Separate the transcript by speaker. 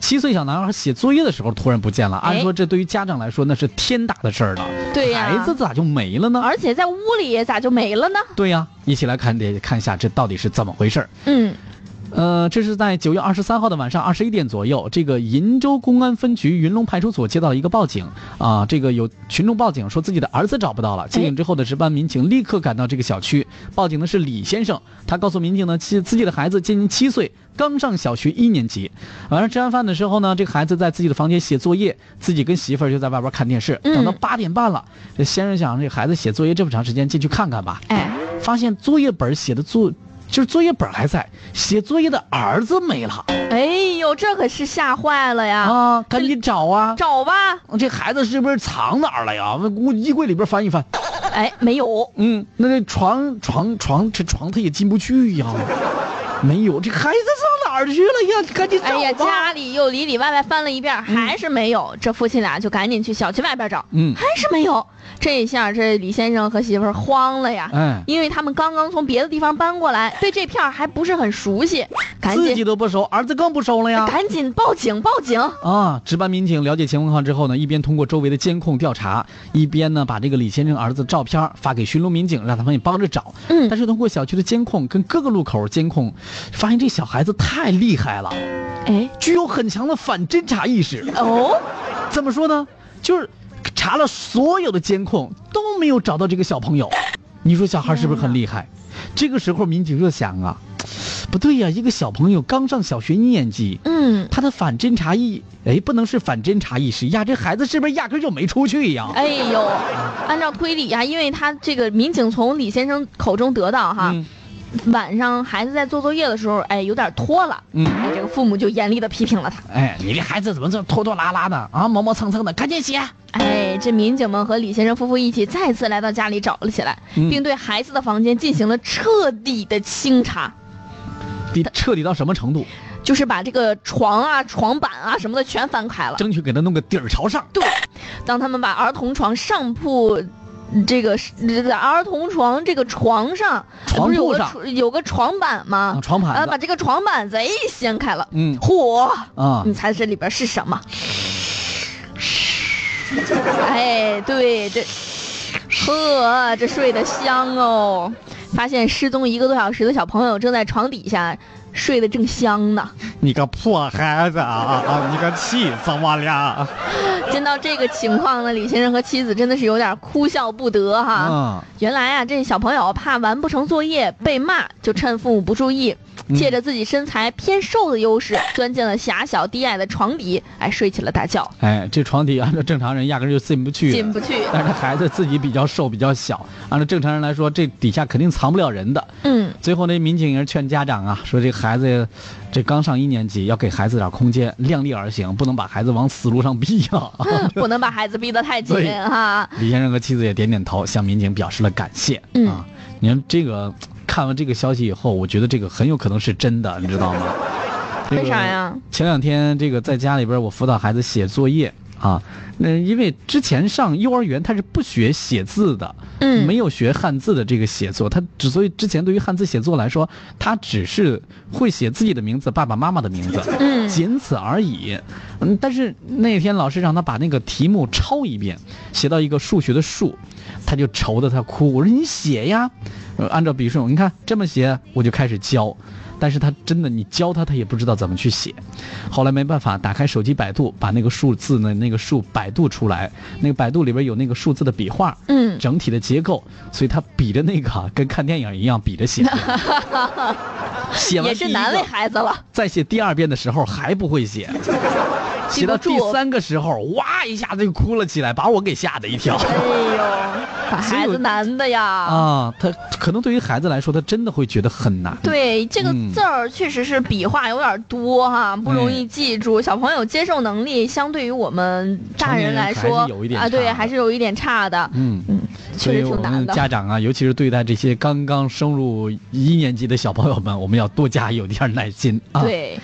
Speaker 1: 七岁小男孩写作业的时候突然不见了，
Speaker 2: 哎
Speaker 1: 按说这对于家长来说那是天大的事儿了。
Speaker 2: 对呀
Speaker 1: 孩子咋就没了呢？哎
Speaker 2: 而且在屋里咋就没了呢？
Speaker 1: 对呀、一起来看得看一下这到底是怎么回事儿。
Speaker 2: 嗯，
Speaker 1: 呃，这是在九月二十三号的晚上二十一点左右，这个鄞州公安分局云龙派出所接到了一个报警啊，这个有群众报警说自己的儿子找不到了。接警之后的值班民警立刻赶到这个小区，报警的是李先生，他告诉民警呢，其自己的孩子今年七岁，刚上小学一年级。晚上吃完饭的时候呢，这个孩子在自己的房间写作业，自己跟媳妇儿就在外边看电视。
Speaker 2: 嗯
Speaker 1: 等到八点半了，这先生想这孩子写作业这么长时间，进去看看吧。
Speaker 2: 哎，
Speaker 1: 发现作业本写的作，就是作业本还在，写作业的儿子没了
Speaker 2: 哎呦，这可是吓坏了呀！
Speaker 1: 啊！赶紧找啊！
Speaker 2: 找吧，
Speaker 1: 这孩子是不是藏哪儿了呀？我衣柜里边翻一翻，
Speaker 2: 哎，没有，
Speaker 1: 嗯，那这床床床这床他也进不去呀，没有，这孩子上哪儿去了呀？赶紧找吧。
Speaker 2: 哎呀，家里又里里外外翻了一遍，还是没有。这夫妻俩就赶紧去小区外边找，
Speaker 1: 嗯
Speaker 2: 还是没有。这一下，这李先生和媳妇儿慌了呀，
Speaker 1: 哎，
Speaker 2: 因为他们刚刚从别的地方搬过来，对这片儿还不是很熟悉，赶
Speaker 1: 自己
Speaker 2: 紧
Speaker 1: 都不收，儿子更不收了呀。
Speaker 2: 赶紧报警报警！
Speaker 1: 啊！值班民警了解情况之后呢，一边通过周围的监控调查，一边呢把这个李先生儿子照片发给巡逻民警，让他们也帮着找。
Speaker 2: 嗯
Speaker 1: 但，是通过小区的监控跟各个路口监控，发现这小孩子太厉害了，
Speaker 2: 哎，
Speaker 1: 具有很强的反侦查意识。
Speaker 2: 哦，
Speaker 1: 怎么说呢？就是查了所有的监控都没有找到这个小朋友，你说小孩是不是很厉害？这个时候民警就想啊，不对呀、一个小朋友刚上小学一年级，
Speaker 2: 嗯，
Speaker 1: 他的反侦查意，哎，不能是反侦查意识呀，这孩子是不是压根儿就没出去呀？
Speaker 2: 哎呦，按照推理啊，因为他这个民警从李先生口中得到哈，
Speaker 1: 嗯
Speaker 2: 晚上孩子在做作业的时候，哎，有点拖了，
Speaker 1: 嗯
Speaker 2: 哎，这个父母就严厉的批评了他。
Speaker 1: 哎，你这孩子怎么这拖拖拉拉的啊，磨磨蹭蹭的，赶紧写。
Speaker 2: 哎，这民警们和李先生夫妇一起再次来到家里找了起来，
Speaker 1: 嗯
Speaker 2: 并对孩子的房间进行了彻底的清查，
Speaker 1: 得彻底到什么程度？
Speaker 2: 就是把这个床啊、床板啊什么的全翻开了。
Speaker 1: 争取给他弄个底儿朝上。
Speaker 2: 对，当他们把儿童床上铺。这个是儿童床，这个床上
Speaker 1: 床
Speaker 2: 不是有
Speaker 1: 铺
Speaker 2: 个
Speaker 1: 上
Speaker 2: 床有个床板吗？
Speaker 1: 啊床板子
Speaker 2: 啊，把这个床板贼掀开了，
Speaker 1: 嗯
Speaker 2: 嚯，
Speaker 1: 啊
Speaker 2: 你，猜这里边是什么？哎，对，这，呵，这睡得香哦。发现失踪一个多小时的小朋友正在床底下睡得正香呢。
Speaker 1: 你个破孩子啊 啊！你个气死我了！
Speaker 2: 见到这个情况呢，李先生和妻子真的是有点哭笑不得哈。
Speaker 1: 啊，
Speaker 2: 原来啊，这小朋友怕完不成作业被
Speaker 1: 嗯
Speaker 2: 骂，就趁父母不注意，借着自己身材偏瘦的 优势，钻进了狭小低矮的床底，哎，睡起了大觉，
Speaker 1: 哎，这床底按照正常人压根儿就进不去的，
Speaker 2: 进不去。
Speaker 1: 但是孩子自己比较瘦比较小，按照正常人来说，这底下肯定藏不了人的。
Speaker 2: 嗯，
Speaker 1: 最后那民警也是劝家长啊，说这孩子这刚上一年级，要给孩子点空间，量力而行，不能把孩子往死路上逼啊呀、
Speaker 2: 不能把孩子逼得太紧
Speaker 1: 对
Speaker 2: 哈。
Speaker 1: 李先生和妻子也点点头，向民警表示了感谢。
Speaker 2: 嗯
Speaker 1: 啊，你看这个，看完这个消息以后，我觉得这个很有可能是真的，你知道吗？ 这个
Speaker 2: 为啥呀？
Speaker 1: 前两天这个在家里边，我辅导孩子写作业啊，那因为之前上幼儿园他是不学写字的，
Speaker 2: 嗯
Speaker 1: 没有学汉字的这个写作，他之所以之前对于汉字写作来说，他只是会写自己的名字、爸爸妈妈的名字，
Speaker 2: 嗯
Speaker 1: 仅此而已。嗯，但是那天老师让他把那个题目抄一遍，写到一个数学的数，他就愁得他哭。我说你写呀，呃按照笔顺，你看这么写，我就开始教。但是他真的，你教他，他也不知道怎么去写。后来没办法，打开手机百度，把那个数字呢，那个数百度出来，那个百度里边有那个数字的笔画，
Speaker 2: 嗯，
Speaker 1: 整体的结构，所以他比着那个啊跟看电影一样比着 写，写完
Speaker 2: 也
Speaker 1: 第
Speaker 2: 是
Speaker 1: 一
Speaker 2: 难为
Speaker 1: 个，
Speaker 2: 孩子了。
Speaker 1: 再写第二遍的时候还不会 写，
Speaker 2: 记
Speaker 1: 写
Speaker 2: 不
Speaker 1: 到
Speaker 2: 住
Speaker 1: 第三个时候，哇一下子就哭了起来，把我给吓得一跳。
Speaker 2: 哎呦，把
Speaker 1: 所以
Speaker 2: 孩
Speaker 1: 我
Speaker 2: 子难的呀。
Speaker 1: 啊，他可能对于孩子来说，他真的会觉得很难。
Speaker 2: 对，这个
Speaker 1: 嗯
Speaker 2: 字儿确实是笔画有点多哈，不容易记住。小朋友接受能力相对于我们大人来
Speaker 1: 嗯成年人还
Speaker 2: 说
Speaker 1: 是有一点
Speaker 2: 啊，对，
Speaker 1: 差的
Speaker 2: 还是有一点差的，
Speaker 1: 嗯，所
Speaker 2: 确
Speaker 1: 以
Speaker 2: 实
Speaker 1: 我
Speaker 2: 挺难
Speaker 1: 们
Speaker 2: 的。
Speaker 1: 家长啊，尤其是对待这些刚刚升入一年级的小朋友们，我们要多加有点耐心啊。
Speaker 2: 对。